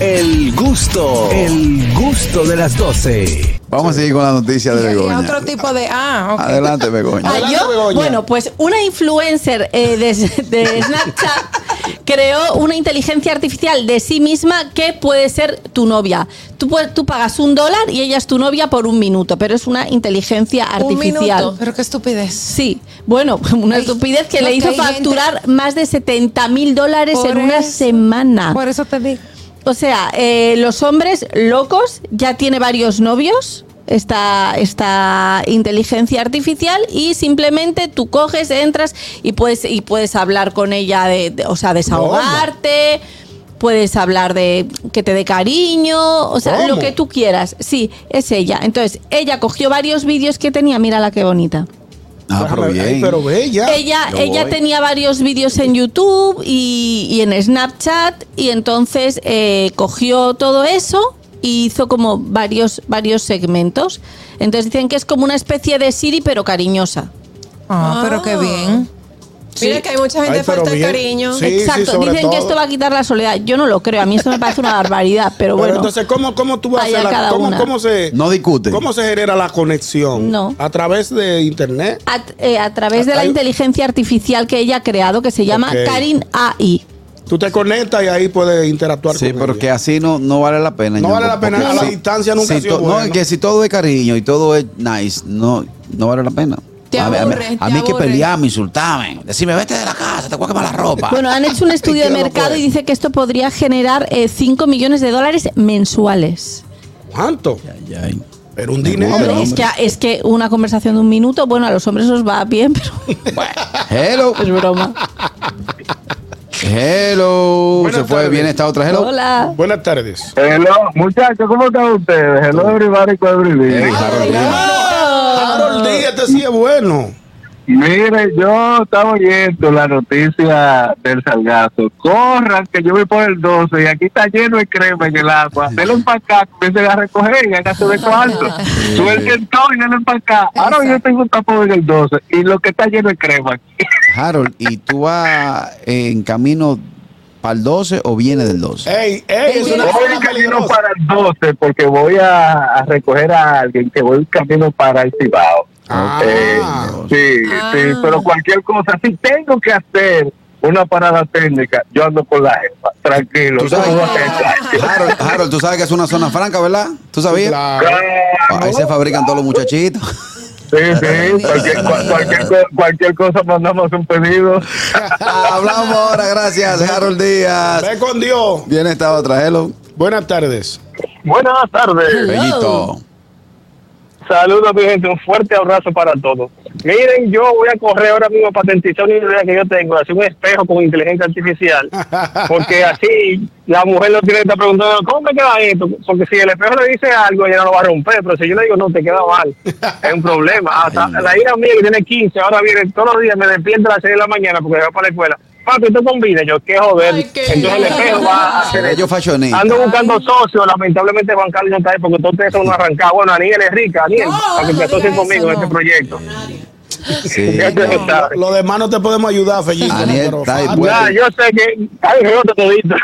El gusto, el gusto de las 12. Vamos a seguir con la noticia de Y Begoña. otro tipo de. Ah, ok. Adelante, Begoña. Ah, Adelante, yo, Begoña. bueno, pues una influencer eh, de, de Snapchat creó una inteligencia artificial de sí misma que puede ser tu novia. Tú, pu- tú pagas un dólar y ella es tu novia por un minuto, pero es una inteligencia Un artificial. minuto. Pero qué estupidez. Sí, bueno, una Ay, estupidez que no, le que hizo hay gente- facturar más de 70 mil dólares Por en una eso. semana. Por eso te digo. O sea, eh, los hombres locos ya tiene varios novios. Esta, esta inteligencia artificial y simplemente tú coges, entras y puedes, y puedes hablar con ella, de, de- o sea, desahogarte, puedes hablar de que te dé cariño, o sea, lo ¿Cómo? que tú quieras. Sí, es ella. Entonces, ella cogió varios vídeos que tenía, mírala qué bonita. Ah, pero Déjame- ay, bien. pero bella. Ella, yo ella voy. tenía varios vídeos en YouTube y, y en Snapchat y entonces eh, cogió todo eso y hizo como varios, varios segmentos. Entonces dicen que es como una especie de Siri pero cariñosa. Ah, pero qué bien. Mira Sí. que hay mucha gente Ay, pero falta de bien. cariño. Sí, Exacto, sobre dicen que todo. esto va a quitar la soledad. Yo no lo creo, a mí esto me parece una barbaridad, pero Pero bueno. entonces, ¿cómo, cómo tú vas a allá hacer la, cada cómo, una. cómo se No discute. cómo se genera la conexión? No. A través de internet. a, eh, a través de la Hay- inteligencia artificial que ella ha creado, que se llama Ok. Karin AI. Tú te conectas y ahí puedes interactuar Sí, con pero ella. que así no, no vale la pena. No Ñongo, vale la pena, porque a la si- distancia nunca si ha sido to- No, bueno. que si todo es cariño y todo es nice, no, no vale la pena. Te a, mí- a mí- aburre, a te mí que aburre. pelearme, insultarme, decirme, vete de la casa, te voy a quemar la ropa. Bueno, han hecho un estudio de Qué loco mercado es. y dice que esto podría generar 5 millones de dólares mensuales. ¿Cuánto? Ay, ay. Pero un dinero. Hombre, Hombre, es que, es que una conversación de un minuto, bueno, a los hombres os va bien, pero Hello, es broma. hello. Buenas se fue, tardes. viene esta otra, hello. Hola. Buenas tardes. Hello, muchachos, ¿cómo están ustedes? Hello, everybody, to everybody. Hey, Harold Díaz. Harold Díaz, este sí es bueno. Mire, yo estaba oyendo la noticia del salgazo. Corran, que yo voy por el 12 y aquí está lleno de crema en el agua. Denle un acá, comiencen a recoger y háganse de cuarto. Suelten todo y denle para acá. Ahora yo tengo un tapón en el 12 y lo que está lleno de crema aquí. Harold, ¿y tú vas en camino para el 12 o vienes del 12? Ey, ey, es una Voy zona camino peligrosa. para el 12 porque voy a, a recoger a alguien que voy camino para el Cibao. Ah. Eh, sí, sí, pero cualquier cosa, si tengo que hacer una parada técnica, yo ando con la jefa, tranquilo. Tú sabes- no voy a hacer nada. Harold, Harold, tú sabes que es una zona franca, ¿verdad? ¿Tú sabías? Claro. Ah, Ahí se fabrican todos los muchachitos. Sí, sí, cualquier, cual- cualquier, co- cualquier cosa mandamos un pedido. Hablamos ahora, gracias, Harold Díaz. Ve con Dios. Viene esta otra, hello. Buenas tardes. Buenas tardes. Hello. Bellito. Saludos, mi gente. Un fuerte abrazo para todos. Miren, yo voy a correr ahora mismo para patentizar una idea que yo tengo, hacer un espejo con inteligencia artificial. Porque así la mujer lo tiene que estar preguntando, ¿cómo me queda esto? Porque si el espejo le dice algo, ella no lo va a romper. Pero si yo le digo, no, te queda mal, es un problema. Hasta la hija mía que tiene 15, ahora viene todos los días, me despierta a las 6 de la mañana porque se va para la escuela. Papi, tú combina, yo, qué joder. Ay, qué Entonces el espejo va a Se hacer ve yo fashionista. Ando buscando socios, lamentablemente Juan Carlos no está ahí porque todos ustedes son arrancados. Bueno, Aniel es rica, Aniel, No, la que empezó no diga así conmigo eso, en este no. proyecto. Sí. Ya ustedes no. saben. Los demás no te podemos ayudar, Fellito. Aniel, pero está fa- dispuesto. Ya, yo sé que hay roto todito.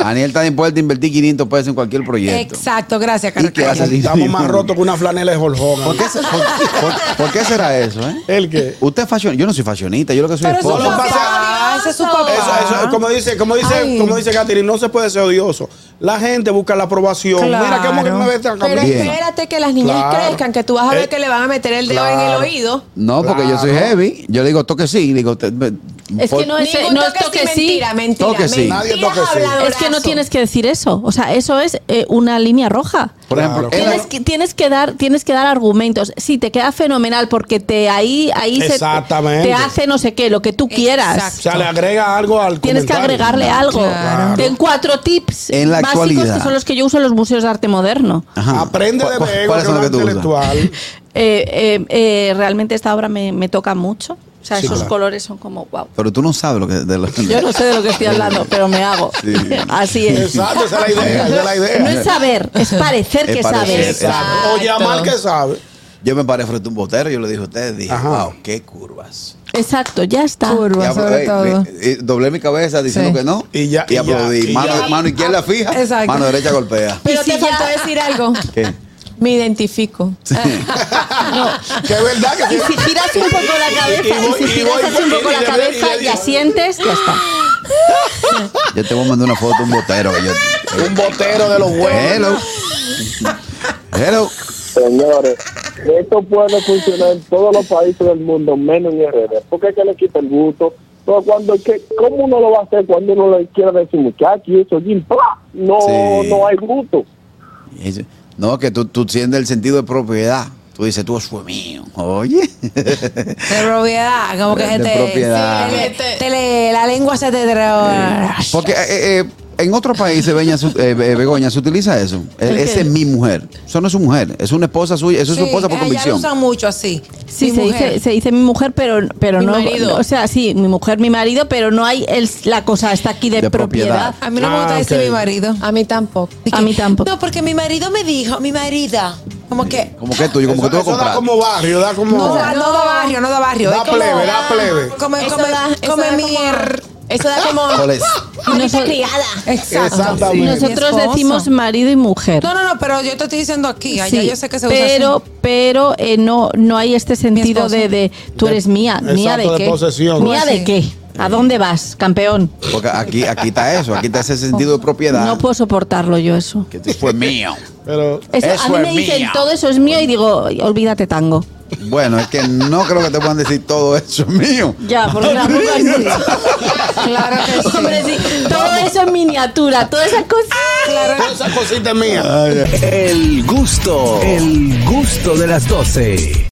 Daniel está dispuesto a invertir 500 pesos en cualquier proyecto. Exacto, gracias, ¿Y qué Carlos. hace? Estamos más rotos que una flanela de ¿Por Jorjón. qué, se- por, por- por qué será eso, eh? ¿El qué? Usted es fashionista. Yo no soy fashionista, yo lo que soy Pero es su Solo esposo. papá. papá, ese es su papá. Eso, eso, es como dice, como dice, Oh. Ay. como dice Katherine, no se puede ser odioso. La gente busca la aprobación. Mira Claro. cómo que me ves tan Pero Bien. espérate que las niñas Claro. crezcan, que tú vas a ver Eh, que le van a meter el dedo en el claro. oído. No, porque yo soy Claro. heavy. Yo le digo toque sí. Digo, te- me- Es por- que no es, Ningún no es toque toque es sí. mentira, mentira, Toque sí. mentira, Nadie toque sí. habladorazo. Es que no tienes que decir eso. O sea, eso es eh, una línea roja. Por ejemplo, Claro. él- Tienes que, tienes que dar tienes que dar argumentos. Sí, te queda fenomenal porque te ahí ahí se- Exactamente. te hace no sé qué, lo que tú quieras. O sea, le agrega algo al Tienes que comentario. agregarle algo. Claro. Ten cuatro tips En la básicos actualidad. que son los que yo uso en los museos de arte moderno. Ajá. Aprende de ¿Cu- cu- Bego, que ¿Cuáles es son un los que tú usas? intelectual. Eh, eh, eh, realmente esta obra me, me toca mucho. O sea, Sí, esos claro. colores son como wow. Pero tú no sabes lo que. De lo- Yo no sé de lo que estoy hablando, pero me hago. Sí. Así es. Exacto, esa es la idea. Esa es la idea. No es saber, es parecer Es que parecer, sabes. Exacto. O llamar que sabe. Yo me paré frente a un botero, yo le dije a ustedes, dije, Ajá. wow, qué curvas. Exacto, ya está. Curva, Y apro- sobre eh, todo. eh, eh, doblé mi cabeza diciendo Sí. que no. Y ya- y ya- aplaudí. y mano, ya. mano Ah, izquierda fija, Exacto. mano derecha golpea. Pero Y si te faltó ya- decir algo. ¿Qué? Me identifico. Que es verdad que Y si giras un poco la Y- y cabeza, voy- y si y giras voy- así un poco y- y- la y- cabeza y- y asientes, ya está. Yo te voy a mandar una foto de un botero. que yo- un botero de los huevos. Hello. Hello. Señores, esto puede funcionar en todos los países del mundo, menos en RD. Porque es que le quita el gusto. Pero cuando, ¿qué, ¿Cómo uno lo va a hacer cuando uno le quiera decir, muchacho, y eso, Jim, ¡pla! No, Sí. no hay gusto. Eso. No, que tú, tú sientes el sentido de propiedad. Tú dices, tú eso es mío. Oye. De propiedad. Como que De se te, propiedad. sí, le- te- te le- la lengua se te. Porque eh, eh, en otros países, Beña, su- eh, Be- Begoña, se utiliza eso. ¿El E- qué? Esa es mi mujer. Eso no es su mujer. Es una esposa suya. Eso es su Sí, esposa por allá lo convicción. usan mucho así. Sí, Mi se mujer. dice, se dice mi mujer, pero, pero Mi no. marido. O sea, sí, mi mujer, mi marido, pero no hay el- la cosa, está aquí de, De propiedad. propiedad. A mí no me Ah, gusta decir ok. mi marido. A mí tampoco. Di A que, mí tampoco. No, porque mi marido me dijo, mi marida. Como que. Como que tú, como que tú lo Eso da compraste. como barrio, da como. No, da- no da barrio, no da barrio. Da es como- plebe, da plebe. Come, Eso come, da- eso come da mi. como- er- Eso da como. Coles. Noso- Exacto. Exactamente. Sí. nosotros Mi esposo. decimos marido y mujer. No, no, no, pero yo te estoy diciendo aquí. Allá Sí, yo sé que se usa pero así. pero eh, no no hay este sentido esposo. de, de tú De- eres mía, mía de Exacto, de qué, posesión. mía Pues de sí. qué, a dónde vas, campeón. Porque aquí, aquí está eso. Aquí está ese sentido de propiedad. No puedo soportarlo yo eso. que tú fue mío. Pero Eso, Eso a mí es me dicen mía. todo eso es mío y digo olvídate tango. Bueno, es que no creo que te puedan decir todo eso es mío. Ya, porque tampoco así. Claro que sí. Hombre, sí, todo eso en miniatura, todas esas cosas. toda esa cosita es mía. Ay, ay. El gusto, el gusto de las 12.